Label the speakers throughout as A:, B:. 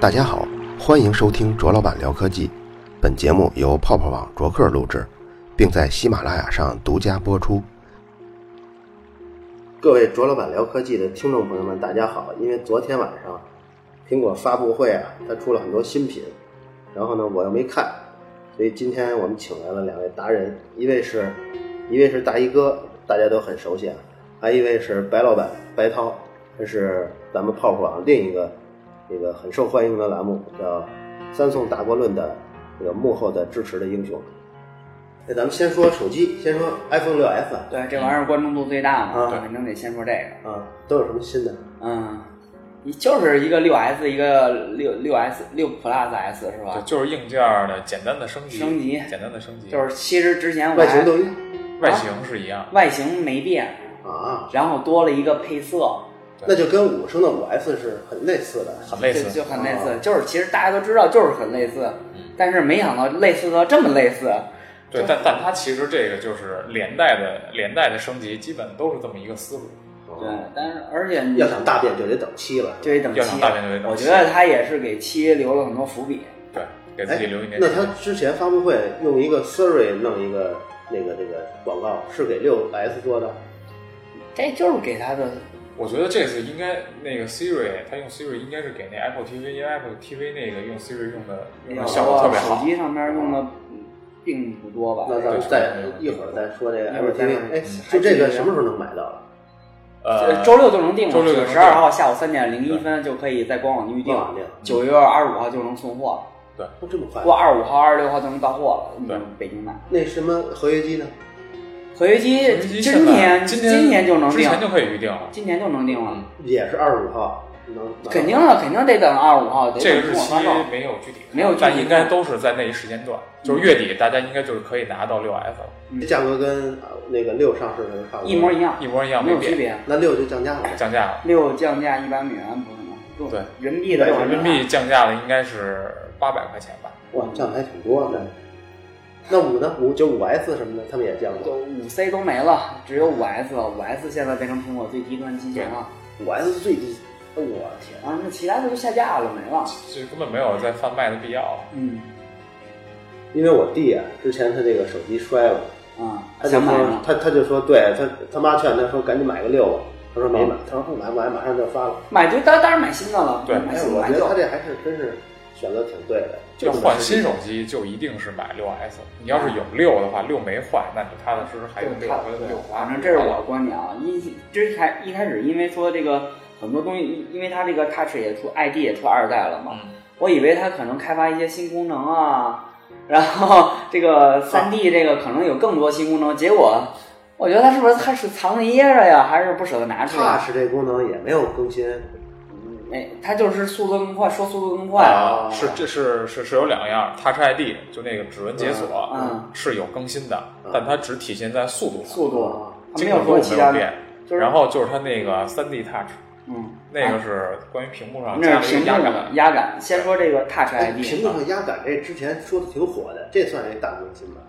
A: 大家好，欢迎收听卓老板聊科技。本节目由泡泡网卓克录制，并在喜马拉雅上独家播出。各位卓老板聊科技的听众朋友们，大家好！因为昨天晚上苹果发布会啊，它出了很多新品，然后呢我又没看，所以今天我们请来了两位达人，一位是， 一位是大衣哥，大家都很熟悉啊，还一位是白老板白涛，这是咱们泡泡网另一个这个很受欢迎的栏目，叫《三宋大国论》的这个幕后的支持的英雄。那咱们先说手机，先说 iPhone 六 S 啊
B: 对，这玩意儿关注度最大嘛，
A: 啊
B: 对肯定得先说这个。
A: 啊，都有什么新的？
B: 嗯，你就是一个六 S，一个六六 S 六 Plus S 是
C: 对，
B: 吧？
C: 就是硬件儿的简单的升级，
B: 啊升级
C: 简单的升级，
B: 就是啊其实之前我
A: 外
B: 还啊
A: 形都一样
C: 外形是一样，
B: 外形没变，
A: 啊，
B: 然后多了一个配色，
A: 那就跟五升的五 S 是很类似的。
C: 很类
B: 就
C: 似
B: 就。
A: 哦
B: 很类似。就是其实大家都知道，就是很类似，
C: 嗯
B: 但是没想到类似到这么类似。
A: 哦
C: 对，但但它其实这个就是连带的连带的升级，基本都是这么一个思路。
B: 对，但是而且你
A: 要想大变就得等七了。
B: 就得等
C: 要
B: 七
C: 想，大变就得等
B: 嗯我
C: 七
B: 觉得他也是给七留了很多伏笔。
C: 对，给自己
B: 哎
C: 留一点
A: 那他之前发布会用一个 Siri 弄一个那个那个广告，是给六 S 做
B: 哦
A: 的。
B: 这就是给他的
C: 我觉得这次应该那个 Siri，他用 Siri 应该是给那 Apple TV，因为 Apple TV 那个用 Siri 用的用的效果特别
B: 哎手
C: 好。
B: 机上面用的并不多吧？
A: 那咱们
C: 对
A: 再
C: 对对
A: 一会儿再说这个
B: 一会儿
A: Apple
B: 再
A: TV。哎，
B: 嗯
A: 就这个什么时候能买到了？
C: 呃，
B: 周六就能定了，
C: 周六就能定嗯
B: 十二号下午三点零一分就可以在官网预定
A: 官网订，
B: 九月二十五号就能送货，
A: 哦，这么快？
B: 过二十五号、二十六号就能到货了。
C: 对
B: 嗯，北京买
A: 那什么合约机呢？
B: 合约机
C: 手机
B: 今年
C: 现
B: 今
C: 在今
B: 就能
C: 之
B: 定，
C: 前就可以嗯预定了。
B: 今年就能定了，
A: 也是二十五号能拿到。
B: 肯定了，肯定得等二十五号，得
C: 这个
B: 等
C: 日
B: 中国
C: 期
B: 发售。
C: 没有具体，
B: 没有具体
C: 但应该都是在那一时间段，就是月底，大家应该就是可以拿到六 S 了，
A: 这价格跟呃那个六上市的时候差不多。
B: 一模一。样，
C: 一模一样，
B: 没
C: 没
B: 有区
C: 变，
B: 别。
A: 那六就降价了呗。
C: 降价了。
B: 六降价一百美元，不是吗？不
C: 对，
B: 人民币的
A: 100
C: 人民币降价的应该是八百块钱吧？
A: 哇，降的还挺多的。那五呢？五就五 S 什么的，他们也降
B: 就
A: 过。
B: 五 C 都没了，只有五 S 了。五 S 现在变成苹果最低端机型了。
A: 五 S 最低，我天！
B: 啊，那其他的都下架了，没了。
C: 这根本没有再贩卖的必要。
B: 嗯，
A: 因为我弟啊，之前他这个手机摔了，
B: 啊，
A: 他就
B: 想买
A: 说
B: 吗？
A: 他他就说，对他他妈劝他说赶紧买个六吧，他说没买，他说不买不买，马上就发了。
B: 买就当当然买新的了，
C: 对
B: 买
A: 哎，
B: 新
A: 我
B: 买
A: 觉得
B: 旧
A: 他。这还是真是选择挺对的，
C: 要
A: 是
C: 换新手机就一定是买六 S，你要是有六的话，六没换，那你就踏踏实实还用六，还用六换。
B: 反正这是我的观点啊。一之开一开始，因为说这个很多东西，因因为它这个 Touch 也出 ID 也出二代了嘛，
C: 嗯，
B: 我以为它可能开发一些新功能啊，然后这个三 D 这个可能有更多新功能，结果我觉得它是不是它是藏着掖着呀，还是不舍得拿出来？
A: Touch 这功能也没有更新，
B: 没，它哎就是速度更快，说速度更快。
A: 啊
C: 是这是是是有两样，Touch ID 就那个指纹解锁、
B: 嗯
C: 是有更新的
A: 嗯，
C: 但它只体现在速度上，
B: 速度，
A: 啊
B: 它没
C: 精
B: 有
C: 准
B: 说
C: 度
B: 其
C: 没
B: 他
C: 有
B: 的，
C: 变。
B: 就是
C: 然后就是它那个三 D Touch，
B: 嗯，
C: 那个是关于屏幕上啊加
B: 那
C: 了
B: 是
C: 一个
B: 屏
C: 压
B: 幕
C: 感
B: 的压感。先说这个 Touch
A: 哎
B: ID，
A: 屏幕上压感这之前说的挺火的，这算是一大更新吧？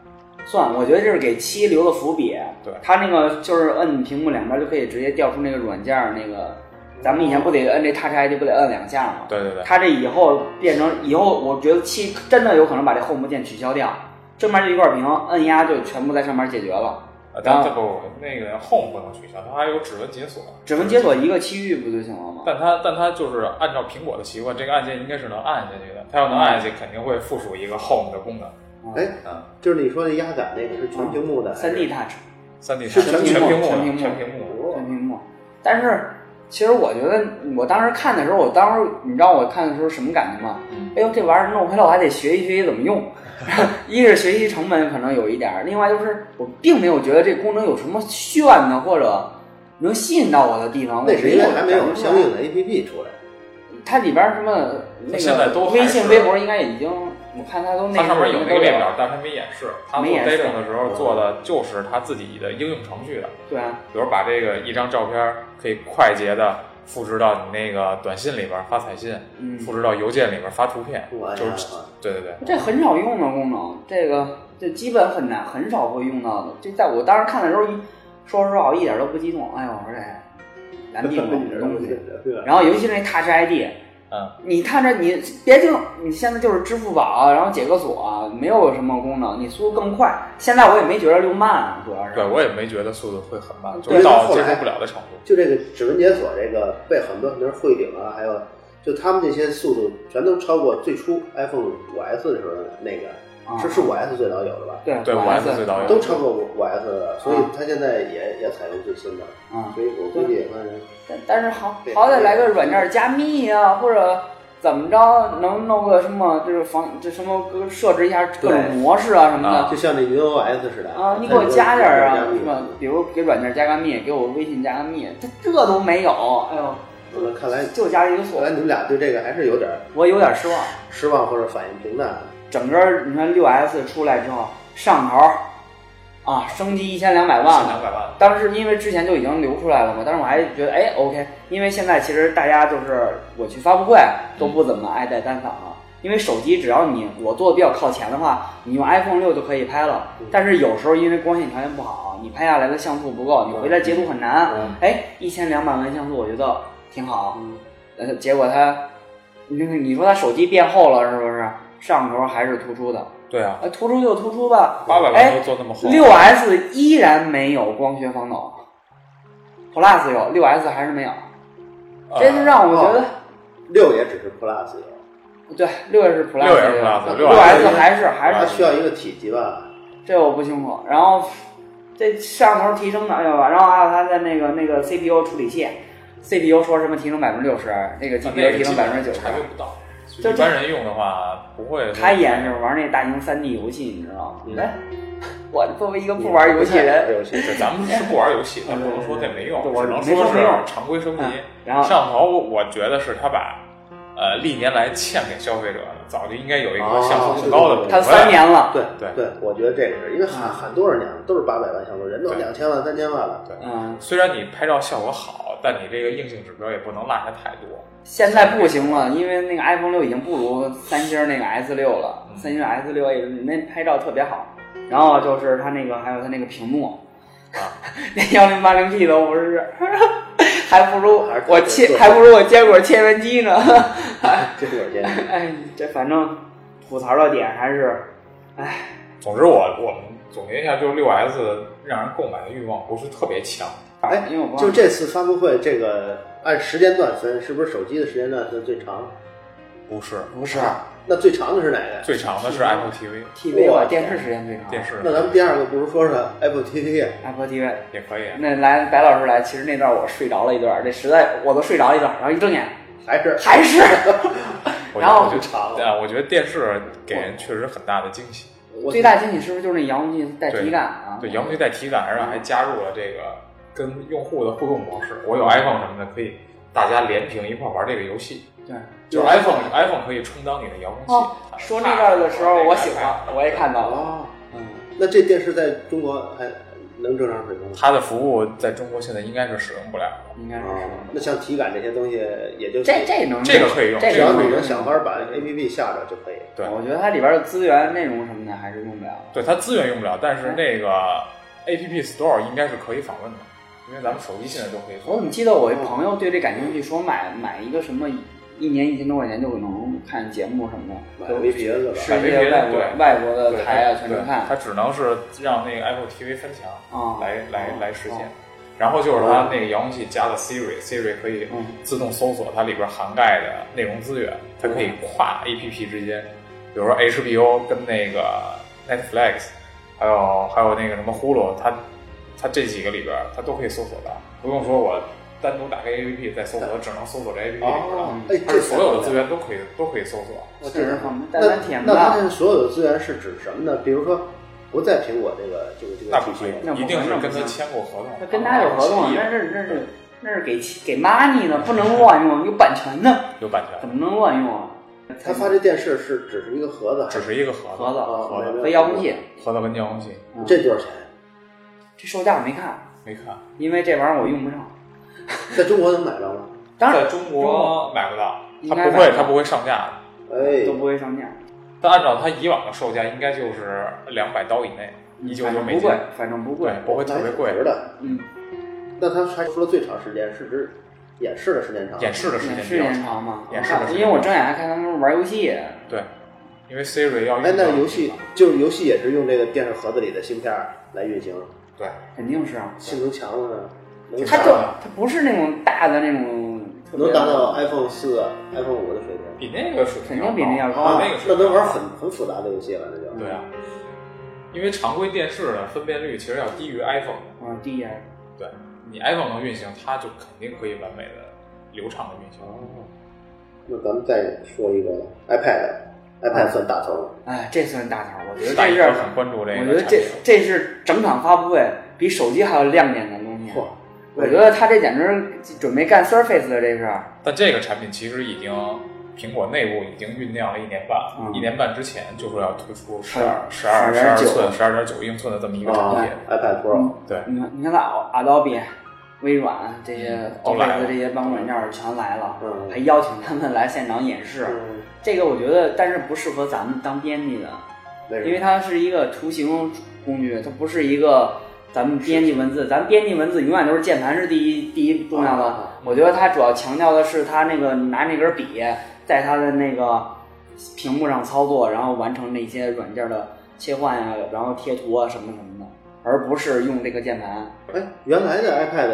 B: 算，我觉得这是给七留的伏笔。
C: 对
B: 它那个就是摁屏幕两边就可以直接调出那个软件儿那个，咱们以前不得摁这 Touch ID 不得摁两下吗？
C: 对对对，
B: 它这以后变成以后，我觉得七真的有可能把这 Home 键取消掉，正面这一块屏摁压就全部在上面解决了。
C: 呃
B: 然
C: 但
B: 后
C: 这不那个 Home 不能取消，它还有指纹解锁。
B: 指纹解锁一个区域不就行了吗？
C: 但它但它就是按照苹果的习惯，这个按键应该是能按下去的。它要能
B: 啊
C: 按下去，肯定会附属一个 Home 的功能。
A: 哎，
C: 嗯，
A: 就是你说的压感那个是哦全屏幕的，
B: 嗯三 D Touch
C: 三 D
A: 是
C: 全
A: 全
C: 屏
B: 屏幕
C: 的
B: 全屏幕
C: 全屏幕。
B: 全屏幕，但是其实我觉得我当时看的时候，我当时你知道我看的时候什么感觉吗？
C: 嗯
B: 哎呦，这玩意儿弄回来我还得学习学习怎 么用。一是学习成本可能有一点儿，另外就是我并没有觉得这功能有什么炫的或者能吸引到我的地方。
A: 那是因为
B: 我
A: 还没有
B: 感觉
A: 相应的 APP 出来。
B: 它里边儿什么那个
C: 现在都还是
B: 微信、微博应该已经，我看它都那
C: 它上面有那
B: 那
C: 个列表，但它没演示。它做
B: 没演示
C: demo 的时候做的就是它自己的应用程序的，
B: 对啊，
C: 比如把这个一张照片可以快捷的复制到你那个短信里边发彩信，
B: 嗯，
C: 复制到邮件里边发图片，
A: 我
C: 就
A: 呀
C: 是对对对。
B: 这很少用的功能，这个这基本很难，很少会用到的。这在我当时看的时候，一说实话，我一点都不激动。哎呦，我说这难避免的东西。
A: 对吧
B: 然后尤其是那 Touch ID，
C: 嗯，
B: 你看着你别就你现在就是支付宝，啊然后解个锁，没有什么功能，你速度更快。现在我也没觉得溜慢，主要是。
C: 对我也没觉得速度会很慢，就
A: 对
C: 是到
A: 后
C: 接
A: 来
C: 受不了的程度。
A: 就这个指纹解锁，这个被很多很多人置顶啊，还有就他们这些速度全都超过最初 iPhone 五 S 的时候的那个，
B: 啊
A: 是是五 S 最早有的吧？
B: 对
C: 对
B: 五
C: 五 S 最早有
A: 都超过五 S 的，所以
B: 啊
A: 它现在也也采用最新的，
B: 啊，
A: 所以我估计也算是
B: 但但是好
A: 对
B: 好歹来个软件加密啊，或者怎么着，能弄个什么就是防这什么各设置一下各种
A: 对
B: 模式啊什么的。
A: 就像那云 OS 似的
B: 啊，你
A: 它
B: 给我
A: 有
B: 加点儿啊，
A: 加密
B: 是吧？比如给软件加个密，给我微信加个密，这这都没有，哎呦，
A: 嗯看来
B: 就加了一个
A: 后
B: 锁
A: 来，你们俩对这个还是有点
B: 我有点失望。
A: 失望或者反应平淡。啊
B: 整个你看六 S 出来之后，上头啊升级一千两百万
C: 两
B: 了。
C: 百万，
B: 当时因为之前就已经流出来了嘛，但是我还觉得哎 OK，因为现在其实大家就是我去发布会都不怎么爱戴单反了，因为手机只要你我坐的比较靠前的话，你用 iPhone 六就可以拍了
A: 嗯。
B: 但是有时候因为光线条件不好，你拍下来的像素不够，你回来截图很难。
A: 嗯
B: 哎，一千两百万像素我觉得挺好，
A: 嗯，
B: 呃，结果它，你你说它手机变厚了是不是？上头还是突出的，
C: 对啊，
B: 哎，突出就突出吧。
C: 八百万
B: 哎
C: 都做那么厚，
B: 六 S 依然没有光学防抖，Plus 有，六 S 还是没有，
C: 呃
B: 这是让我觉得，
C: 哦
A: 六也只是 Plus 有，
B: 对，六 S 是 Plus，
C: 六也是 Plus，
B: 六
C: 六
B: S
A: S
B: 还是还
A: 它
B: 是
A: 啊需要一个体积吧？
B: 这我不清楚。然后这上头提升的，哎呦，然后还有它的那个那个 CPU 处理器，CPU 说什么提升百分之六十，那个
C: 啊那
B: GPU
C: 个
B: 提
C: 基
B: 升
C: 本
B: 百分
C: 上
B: 之九十
C: 察。觉不到。
B: 就
C: 一般人用的话不会。
B: 他演就是玩那大型三 D 游戏，你知道吗？
A: 嗯
B: 哎，我作为一个不玩游戏
A: 不太
B: 人，
A: 玩游戏
C: 对，咱们是不玩游戏的，
B: 嗯
C: 不能说这没用，
B: 对我
C: 只能
B: 没说没用嗯
C: 是常规升级。
B: 然后
C: 上头我觉得是他把呃历年来欠给消费者的，早就应该有一个像
B: 啊
C: 素更高的补回来。
B: 他三年了，
A: 对
C: 对
A: 对，我觉得这个是因为喊
B: 嗯
A: 喊多少年了，都是八百万像素，人都
C: 对
A: 两千万、三千万 了。
B: 嗯，
C: 虽然你拍照效果好，但你这个硬性指标也不能落下太多。
B: 现在不行了，因为那个 iPhone 六已经不如三星那个 S 六了，
C: 嗯
B: 三星 S 六 A 那拍照特别好，然后就是它那个还有它那个屏幕
C: 啊，
B: 那幺零八零 P 都不是， 还不如
A: 还是
B: 我
A: 做
B: 切，
A: 做
B: 还不如我坚果切面机呢。
A: 这是我建议。
B: 哎，这反正吐槽的点还是，哎，
C: 总之我，我们总结一下，就是六 S 让人购买的欲望不是特别强。
A: 哎
B: 因为我忘了
A: 就这次发布会，这个按时间段分，是不是手机的时间段分最长？
C: 不是，
B: 不是
A: 那最长的是哪个？
C: 最长的是 Apple TV
B: TV 吧，
A: 哇
B: 电视时间最长，
C: 电视
A: 那咱们第二个不如说说 Apple 啊 TV，
B: Apple TV。
C: 也可以。啊
B: 那来白老师来，其实那段我睡着了一段，这实在我都睡着一段，然后一睁眼
A: 还是
B: 还是，
C: 我觉得
B: 然后
C: 我觉得
A: 长
C: 对啊，我觉得电视给人确实很大的惊喜。
A: 我
B: 最大惊喜是不是就是那遥控器带体感啊？
C: 对，遥控器带体感，然后还加入了这个跟用户的互动模式。我有 iPhone 什么的，可以大家连屏一块玩这个游戏。
B: 对。
C: 就是 iPhone iPhone 可以充当你的遥控器。
B: 哦说那段的时候，我醒了，我也看到了。
A: 哦，
B: 嗯，
A: 那这电视在中国还能正常使用吗？
C: 它的服务在中国现在应该是使用不了了。
B: 应该是
A: 哦，那像体感这些东西，也就
B: 这这能
C: 啊这个可以用
B: 这
A: 只
B: 个
A: 要
B: 可
A: 你
B: 以用
A: 能想法儿把 APP 下着就可以了。
C: 对
B: 我觉得它里边的资源、内容什么的还是用不了。
C: 对，它资源用不了，但
B: 嗯
C: 是那个 App Store 应该是可以访问的，因为咱们手机现在都可以访
B: 我
C: 问。
B: 怎么记得我一朋友对这感兴趣，说买买一个什么一年一千多块钱就能看节目什么的，
A: 买
B: 就
A: VPN 了吧？
B: 世界外国
C: 对
B: 外国的
C: 对
B: 台啊
C: 它
B: 全能
C: 对
B: 看
C: 它只能是让那个 Apple TV 分享
B: 啊。
C: 来来来实
B: 哦
C: 现。然后就是它那个遥控器加了 Siri，Siri 可以
B: 嗯
C: 自动搜索它里边涵盖的内容资源，它可
B: 嗯
C: 以跨 APP 之间，比如说 HBO 跟那个 Netflix，还有还有那个什么 Hulu，它它这几个里边它都可以搜索到，不用说我单独打开 APP 再搜索，只能搜索这 APP 里边
A: 哦
C: 了。，
B: 嗯
A: 哎，
C: 它
A: 这
C: 是所有的资源都可以都可以搜索，
A: 我
B: 这是方面，但
A: 那
B: 咱体验不
A: 那它
B: 到
A: 这。所有的资源是指什么呢？比如说，不在苹果这个这个这
C: 那
A: 个
C: 不
A: 体
C: 可
A: 系里，
B: 那不
C: 以，一定
B: 可
C: 是
B: 能
C: 跟他
B: 啊
C: 签过合同
B: 那，跟他有合同，啊
C: 协议
B: 那是那
C: 啊
B: 是那是给给 money 的，不能乱用，有版权的，
C: 有版权
B: 怎，么能乱用啊？
A: 它发这电视是只是一个盒子，
C: 只是一个合
B: 盒
C: 同，
B: 子
A: 哦
B: 和遥控器，
C: 合同跟遥控器
B: 嗯
A: 这多少钱？
B: 这售价我没看，
C: 没看。
B: 因为这玩意儿我用不上。
A: 在中国能买着吗？
B: 当
C: 在
B: 然
C: 中
B: 中
C: 国
B: 国
C: 买不到，
B: 应
C: 它
B: 该
C: 不
B: 买
C: 会
B: 不，
C: 它
B: 到
C: 不会上架。
A: 哎，
B: 都不会上架，
C: 但按照它以往的售价，应该就是两百刀以内，一九
B: 反
C: 九
B: 正嗯
C: 美
B: 不
C: 金
B: 贵，，反正不贵
C: 对，。不会特别贵
A: 值。的。
B: 嗯，
A: 那它还除了最长时间是指演示的时间长，
C: 演示的时
B: 演
C: 间
B: 示
C: 比
B: 嗯
C: 较
B: 延
C: 长。
B: 长嘛，啊
C: 演示的时间
B: 因为我睁眼还看他们玩游戏，
C: 对，因为 Siri 要用
A: 哎，那
C: 到
A: 游戏就是游戏也是用这个电视盒子里的芯片儿来运行，
C: 对
B: 肯定是啊。
A: 性能强了呢，
B: 它
A: 能
B: 就
A: 达到
C: 啊
B: 它不是那种大的那种，特别
A: 能达到 iPhone 四、iPhone 五的水平
C: 比那个水平
B: 肯定比那要高
C: 啊那个水
A: 那
C: 平
A: 能玩很很复杂的游戏了，那就
C: 对啊，因为常规电视的分辨率其实要低于 iPhone，
A: 哎
C: 的
B: 嗯低呀。
C: 对你 iPhone 能运行，它就肯定可以完美的、流畅的运行。
B: 哦
A: 那咱们再说一个 iPad，iPad 算大头了，
B: 哎，这算大头儿，我觉得
C: 大
B: 这
C: 家
B: 是
C: 都很关注这个，
B: 我觉得这这是整场发布会比手机还要亮点的东西。
A: 嚯
B: 我觉得他这简直准备干 Surface 的这事儿，
C: 但这个产品其实已经苹果内部已经酝酿了一年半，
B: 嗯
C: 一年半之前就说要推出十二、
B: 嗯
C: 十二、十二
B: 12.9
C: 寸、十二点九英寸的这么一个产
A: 啊
C: 品，
A: ，iPad Pro，
C: 对
B: 你看，你看那 Adobe、微软这些
C: 嗯都来了
B: Office 这些办公软件儿全来了，
A: 嗯
B: 还邀请他们来现场演示。
A: 嗯，
B: 这个我觉得，但是不适合咱们当编辑的，
A: 为
B: 因为
A: 什么？
B: 它是一个图形工具，它不是一个咱们编辑文字。咱编辑文字永远都是键盘是第一第一重要的。
A: 啊
B: 我觉得它主要强调的是它那个拿那根笔在它的那个屏幕上操作，然后完成那些软件的切换呀、然后贴图啊什么什么的，而不是用这个键盘。
A: 哎，原来的 iPad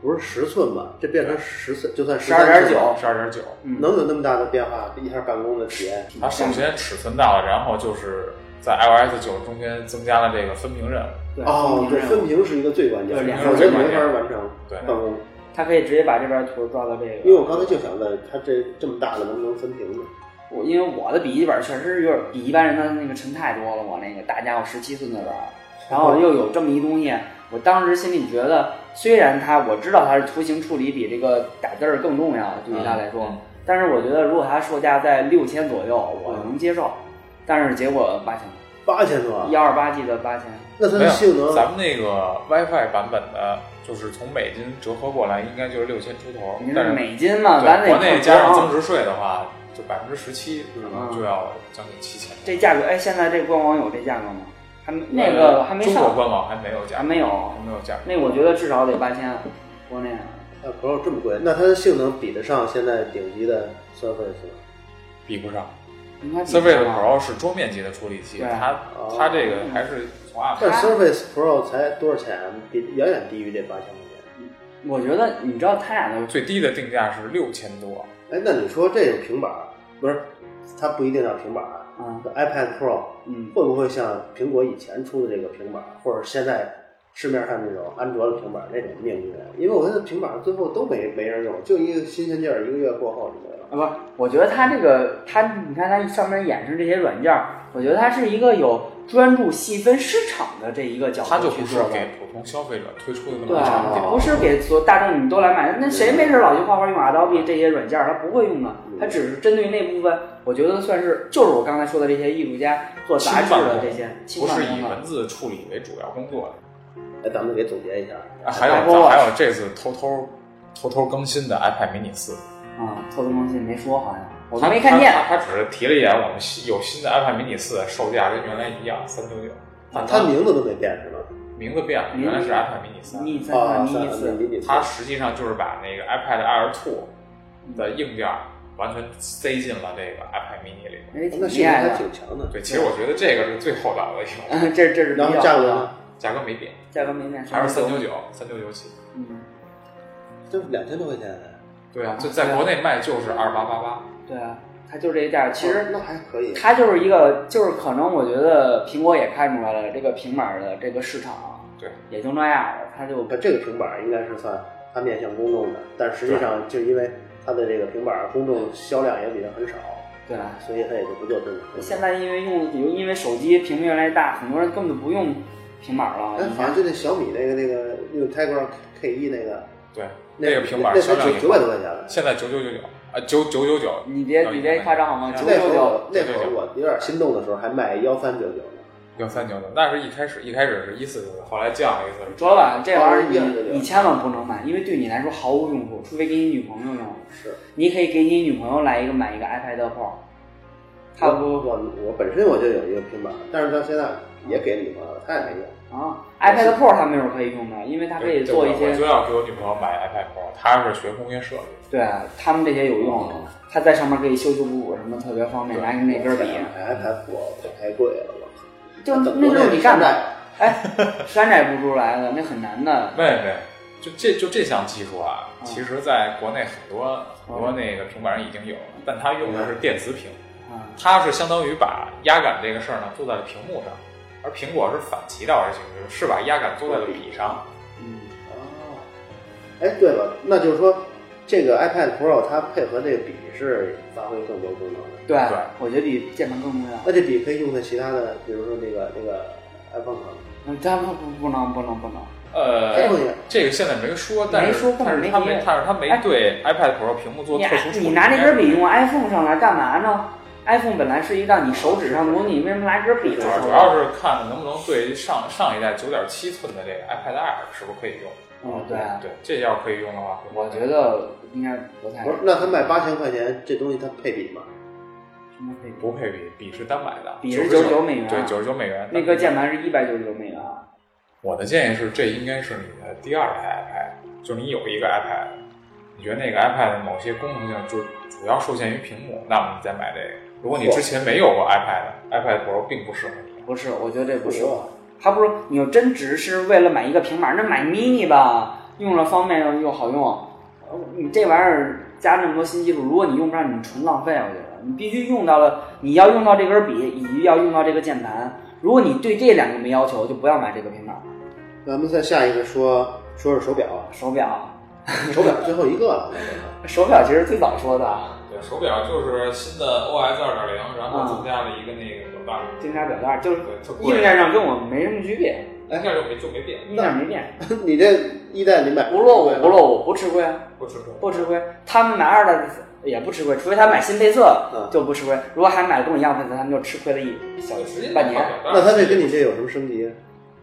A: 不是十寸吧？这变成十寸，就算
B: 十二点
A: 13寸吧
B: 九，
C: 十二点九，
B: 嗯，
A: 能有那么大的变化？一下办公的体验，
C: 它首先尺寸大了，然后就是在 iOS 九中间增加了这个分屏任务，
B: 对
A: 哦，
B: 嗯
A: 对，
B: 分屏任务
A: 分屏是一个最关键
B: 对
A: 的，
B: 两
A: 否
B: 个
A: 则
B: 最
A: 没
C: 关
A: 法
C: 键
A: 完成
C: 对
A: 办公。
B: 它可以直接把这边图抓到这个。
A: 因为我刚才就想问，它这这么大的能不能分屏呢？
B: 我因为我的笔记本确实有点比一般人的那个沉太多了，我那个大家伙十七寸的本儿，然后又有这么一东西，我当时心里觉得，虽然它我知道它是图形处理比这个打字儿更重要，对于它来说，
C: 嗯
B: 但是我觉得如果它售价在六千左右，我能接受，
C: 嗯
B: 但是结果八千，
A: 八千多啊，
B: 幺二八 G 的八千，
A: 那它
C: 没
A: 的
C: 有
A: 性能
C: 咱们那个 WiFi 版本的，就是从美金折合过来应该就是六千出头，
B: 您
C: 但
B: 是
C: 是
B: 美金嘛，
C: 对
B: 咱得
C: 国内加上
B: 看
C: 增值税的话，就百分之十七，可能
B: 啊嗯
C: 就要将近七千。
B: 这价格，哎，现在这官网有这价格吗？还没那个还没
C: 中国
B: 上，
C: 官网还没有价，
B: 还没有
C: 还，没有价。
B: 那我觉得至少得八千，国内。
A: 啊 Pro 这么贵，那它的性能比得上现在顶级的 Surface 吗？
C: 比不上。
B: 应该比
C: Surface
B: 不上
C: Pro 是桌面级的处理器，
B: 对
C: 它
A: 哦
C: 它这个还是从 a p
A: 但 Surface Pro 才多少钱？比远远低于这八千块钱。
B: 我觉得你知道他俩的
C: 最低的定价是六千多，
A: 哎，那你说这个平板儿不是它不一定要平板儿啊
B: 啊，
A: ，iPad Pro
B: 嗯，
A: 会不会像苹果以前出的这个平板儿，或者现在市面上那种安卓的平板儿那种命运？啊因为我觉得平板儿最后都没没人用，就一个新鲜劲儿，一个月过后就没了。
B: 啊不，我觉得他这个他，你看他上面演示这些软件儿，我觉得他是一个有专注细分市场的这一个角
C: 它
B: 度
C: 就
B: 去
C: 不
B: 做
C: 是
B: 的。
C: 给普通消费者推出的那么
B: 对
C: 个产
A: 啊
C: 品。
B: 它不是给所有大众你们都来买，那谁没事老去画画用 Adobe 这些软件儿，他不会用啊，他只是针对那部分，我觉得算是就是我刚才说的这些艺术家做杂志的这些轻
C: 不
B: 办
C: 是
B: 公
C: 以文
B: 的，
C: 字处理为主要工作
A: 哎，咱们给总结一下，
C: 的，啊还有
B: Apple Watch
C: 还有这次偷偷偷偷更新的 iPad mini 四，
B: 啊，错东西没说好像我
C: 他
B: 都没看见。
C: 他他他只是提了一眼，我们新有新的 iPad mini 四，售价跟原来一样三九九，但
A: 它名字都没变是吧？
C: 名字变了，原来是 iPad mini 三，
B: 你再
A: 啊，
B: 看
A: 三
B: 你一次，
A: 迷你四
C: 它实际上就是把那个 iPad Air Two
A: 嗯
C: 的硬件儿完全塞进了这个 iPad mini 里边。
B: 哎，挺
A: 那
B: 厉
A: 性能
B: 害
A: 还
B: 的。
A: 挺强的。
C: 对，其实我觉得这个是最厚道的一个，
B: 嗯， 这这是比
A: 然后
B: 较
A: 价格呢，
C: 价格没变，
B: 价格没
A: 嗯
B: 变，
C: 还是三九。九，三九九起。
B: 嗯，
A: 就是两千多块钱。
C: 对啊，就
A: 嗯
C: 在国内卖就是二八八八，
B: 对啊，它就这一价。其
A: 哦
B: 实
A: 那还可以。
B: 它就是一个，就是可能我觉得苹果也看出来了，这个平板的这个市场，啊
C: 对，
B: 也就那样了。它就
A: 它这个平板儿应该是算它面向公众的，但实际上就因为它的这个平板儿公众销量也比较很少，
B: 对啊。
A: 所以它也就不做这种。
B: 现在因为用，比如因为手机屏幕越来越大，很多人根本就不用平板了。
A: 哎，好像就那小米那个那个那个 Tiger K 一那个，
C: 对，
A: 那
C: 那个平板
A: 那
C: 销
A: 才
C: 量也
A: 九九百多块钱了。
C: 现在九九九九啊，九九九九，
B: 你别你别夸张好吗？
A: 那
B: 九
A: 会
B: 九
A: 儿
B: 九，
A: 我那会儿我有点心动的时候还卖幺三九九呢，
C: 幺三九九，那是一开始一开始是一四九九，后来降了一次。
B: 卓老板这玩意儿
A: 哦一样的
B: 你你千万不能买，因为对你来说毫无用处，除非给你女朋友用。
A: 是。
B: 你可以给你女朋友来一个买一个 iPad Pro，差不多
A: 我我本身我就有一个平板儿，但是到现在也给女朋友了，她也没用。
B: 啊，iPad Pro 它没准可以用的，因为它可以
C: 对对
B: 做一
C: 我
B: 些
C: 我就要给我女朋友买 iPad Pro，她是学工业设计，
B: 对他们这些有用，
C: 哦
B: 它在上面可以修修补补什么，特别方便，拿那根笔，
A: iPad Pro 太贵了，我操！
B: 就那
A: 等
B: 就
A: 国内
B: 是你干
A: 山
B: 的，
A: 寨
B: 哎，山寨不出来的，那很难的。
C: 妹妹，就这就这项技术啊，
B: 嗯
C: 其实在国内很多很多那个平板上已经有了，但它
B: 嗯
C: 用的是电子屏，
B: 啊，
C: 它是相当于把压感这个事儿呢做在了屏幕上，而苹果是反其道而行之，是把压感做在了笔上。
B: 嗯，
A: 哦，哎，对了，那就是说，这个 iPad Pro 它配合这个笔是发挥更多功能的。
B: 对
C: 对，
B: 我觉得比键盘更重要。
A: 那这笔可以用在其他的，比如说那个那个 iPhone 上。
B: 嗯，但不不不能不能不能，
A: 这
C: 呃，
A: 东西
C: 这个现在没说，但
B: 没
C: 是
B: 说根本
C: 但
B: 没
C: 是
B: 提
C: 它没但是它没
B: 哎
C: 对 iPad Pro 屏幕做
B: 你
C: 特殊处理。
B: 你拿那根笔用 iPhone 上来干嘛呢？iPhone 本来是一让你手指上的东西，你为什么拿根笔
C: 主
B: 来
C: 要
B: 操
C: 主
B: 作？
C: 要是看能不能对上上一代九点七寸的这个 iPad Air 是不是可以用。
B: 嗯，对，
C: 对，这要是可以用的话，
B: 我觉得应该不太
A: 不是，那他卖八千块钱，这东西它配笔吗？
B: 什么可以。
C: 不配笔，笔是单买的，
B: 笔是
C: 99
B: 99美元
C: 对，九十九美元。
B: 那个键盘是一百九十九美元啊，
C: 我的建议是，这应该是你的第二台 iPad，就是你有一个 iPad，你觉得那个 iPad 的某些功能性就是主要受限于屏幕，那么你再买这个。如果你之前没有过 iPad，iPad Pro 并不适合你。
B: 不是，我觉得这不啊是。他不是你要真只是为了买一个平板儿，那买 mini 吧，用了方便又又好用。呃你这玩意儿加这么多新技术，如果你用不上，你纯浪费。我觉得你必须用到了，你要用到这根笔，以及要用到这个键盘。如果你对这两个没要求，就不要买这个平板儿。
A: 咱们再下一个说说说手表，啊
B: 手表，
A: 手表最后一个了，那个
B: 手表其实最早说的，啊
C: 对，手表就是新的 OS 二点零，然后增加了一个那个表带，
B: 金沙表带就是
C: 对，特贵
B: 硬，件上跟我没什么区别，
C: 那就没就没变，
B: 硬件没变。
A: 你这一代你买
B: 不落伍不落伍，不吃亏啊。
C: 不吃亏。
B: 不吃亏。他们买二代也不吃亏，除非他买新配色
A: 嗯
B: 就不吃亏。如果还买跟我一样配色，他们就吃亏了一小
C: 直接
B: 半年，
A: 那它这跟你这有什么升级？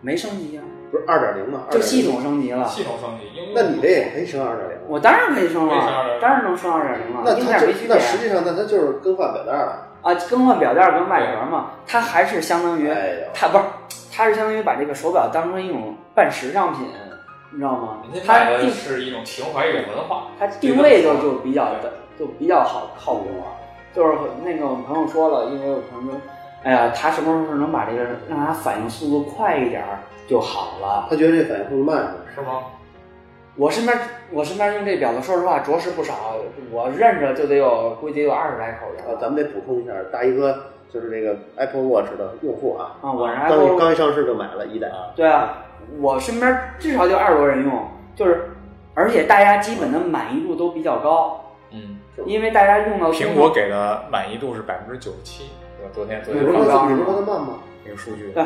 B: 没升级啊，
A: 不是二点零吗？
B: 就系统升级了。
C: 系统升级，应
A: 2.0。
C: 用
A: 那你这也可以升二点零。
B: 我当然可以升
C: 可以升
B: 了，
C: 2.0
B: 当然能升二点零
A: 那
B: 了，硬
A: 它
B: 件
A: 这
B: 没区别
A: 那实际上那它就是更换表带了。
B: 啊。更换表带跟外壳嘛，它还是相当于
A: 哎呦，
B: 它不是，它是相当于把这个手表当成一种半时尚品，你知道吗
C: 人？家
B: 它
C: 卖的
B: 定
C: 是一种情怀，一种文化。
B: 它定位就就比较的就比较好靠谱，就是那个我朋友说了，因为我朋友说，哎呀，他什么时候能把这个让他反应速度快一点儿就好了。
A: 他觉得这反应速度慢，
C: 是吗？
B: 我身边我身边用这表的，说实话着实不少，我认着就得有估计得有二十来口
A: 啊，
B: 人
A: 咱们得补充一下，大一哥就是这个 Apple Watch 的用户啊，
B: 啊，我是
A: 刚
B: Apple，
A: 刚一上市就买了一代，
C: 啊，
B: 对啊，我身边至少就二十多人用，就是而且大家基本的满意度都比较高，
C: 嗯，
B: 因为大家用到
C: 苹果给的满意度是百分之九十七，我昨天昨
A: 你
C: 天
A: 不
B: 对
A: 说
C: 看
A: 它你不说它慢吗？
C: 那个数据，
B: 对，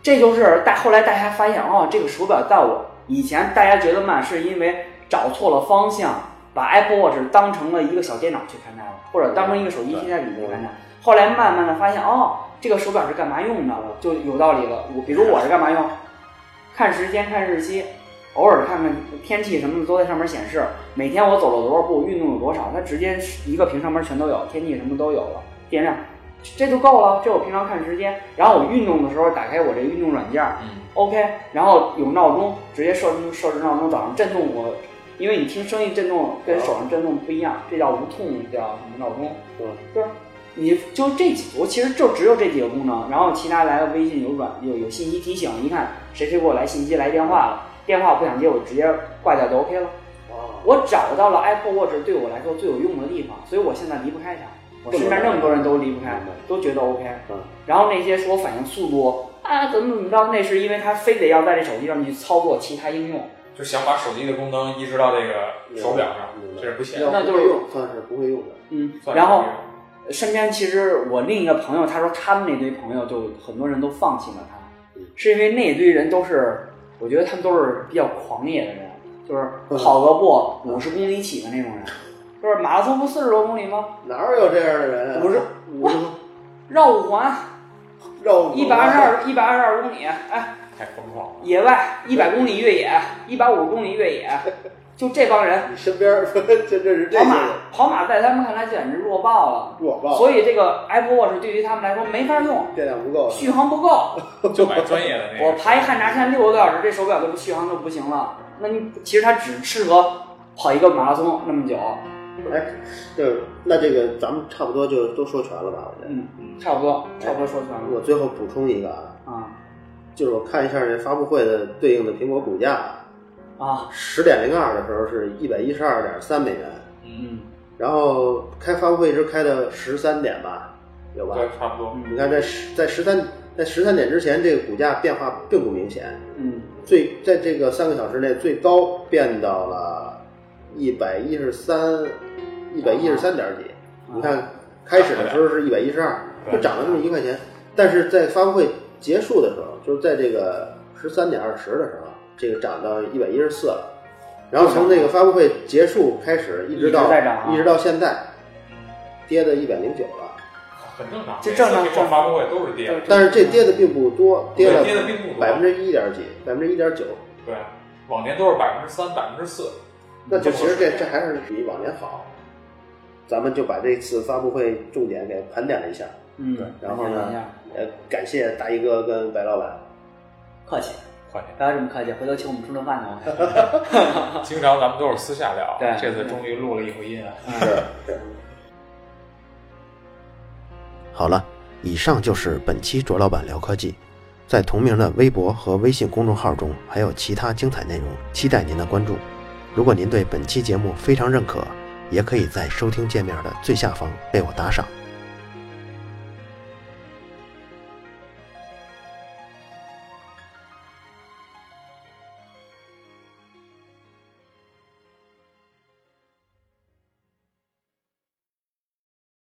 B: 这就是大后来大家发现哦，这个手表在我以前大家觉得慢，是因为找错了方向，把 Apple Watch 当成了一个小电脑去看待了，或者当成一个手机
C: 对
B: 替代品去看待。后来慢慢的发现哦，这个手表是干嘛用的，就有道理了。我比如我是干嘛用？看时间、看日期，偶尔看看天气什么的都在上面显示。每天我走了多少步，运动有多少，它直接一个屏上面全都有，天气什么都有了，电量，这就够了。这我平常看时间，然后我运动的时候打开我这运动软件儿
C: 嗯，
B: ，OK，然后有闹钟，直接设置设置闹钟，早上震动我，因为你听声音震动跟手上震动不一样，这叫无痛，这叫什么闹钟？
A: 嗯，
B: 就是你就这几我其实就只有这几个功能，然后其他来了微信有软有有信息提醒，一看谁谁给我来信息来电话了，电话我不想接，我直接挂掉就 OK 了。
A: 哦，
B: 我找到了 Apple Watch 对我来说最有用的地方，所以我现在离不开它。我身边那么多人都离不开
A: 明白，
B: 都觉得 OK。
A: 嗯
B: 然后那些说反应速度啊怎么怎么着，那是因为他非得要在这手机上去操作其他应用，
C: 就想把手机的功能移植到这个手表上
A: 明，白
C: 这是不行。
A: 要
B: 那
A: 不
B: 就
A: 会
B: 是
A: 用算是不会用的，
B: 嗯，
C: 算是
B: 然后身边其实我另一个朋友，他说他们那堆朋友就很多人都放弃了他
A: 嗯，
B: 是因为那堆人都是，我觉得他们都是比较狂野的人，就是跑个步五十公里起的那种人，就是马拉松不四十多公里吗？
A: 哪有这样的人？啊
B: 不是，
A: 五十
B: 绕五环
A: 绕
B: 一百二十二一百二十二公里，哎，
C: 太疯狂了。
B: 野外一百公里越野，一百五十公里越野，就这帮人，
A: 你身边儿 真正是这
B: 跑
A: 些
B: 马
A: 人，
B: 跑马在他们看来简直弱爆了，
A: 弱爆，
B: 所以这个 Apple Watch 对于他们来说没法用，
A: 电量不够，
B: 续航不够。
C: 就买专业的那个。
B: 我爬一汉达山六个多小时，这手表就不续航就不行了。那你其实它只适合跑一个马拉松那么久，
A: 哎，就是那这个咱们差不多就都说全了吧？我觉得。
B: 嗯，差不多，差不多说全了
A: 我最后补充一个啊，
B: 啊
A: 就是我看一下这发布会的对应的苹果股价，
B: 啊，
A: 十点零二的时候是一百一十二点三美元，
C: 嗯，
B: 嗯
A: 然后开发布会一直开到十三点吧，有吧？
C: 对，差不多。
A: 你
B: 嗯
A: 看在十在十三在十三点之前，这个股价变化并不明显，
B: 嗯
A: 最在这个三个小时内最高变到了一百一十三，一百一十三点几。
B: 啊
A: 你看开始的时候是一百一十二，就涨了这么一块钱。但是在发布会结束的时候，就是在这个十三点二十的时候，这个涨到一百一十四了。然后从这个发布会结束开始，一直到
B: 一直在涨啊
A: 一直到现在，跌到一百零九了。
C: 很正常。
B: 这正常
C: 每次苹果发布会都是跌，
B: 正
A: 但是这跌的并不多，跌了
C: 对跌得并不多
A: 百分之一点几，百分之一点九。
C: 对，往年都是百分之三、百分之四。
A: 那就其实这这还是比往年好。咱们就把这次发布会重点给盘点了一下，
B: 嗯，
A: 然后
B: 等一下啊
A: 呢，呃，感谢大衣哥跟白老板，
B: 客气，
C: 快 点，
B: 不要这么客气，回头请我们吃顿饭呢。我看
C: 经常咱们都是私下聊，
B: 对
C: 这次终于录了一回音啊。
A: 好了，以上就是本期卓老板聊科技，在同名的微博和微信公众号中还有其他精彩内容，期待您的关注。如果您对本期节目非常认可，也可以在收听界面的最下方为我打赏，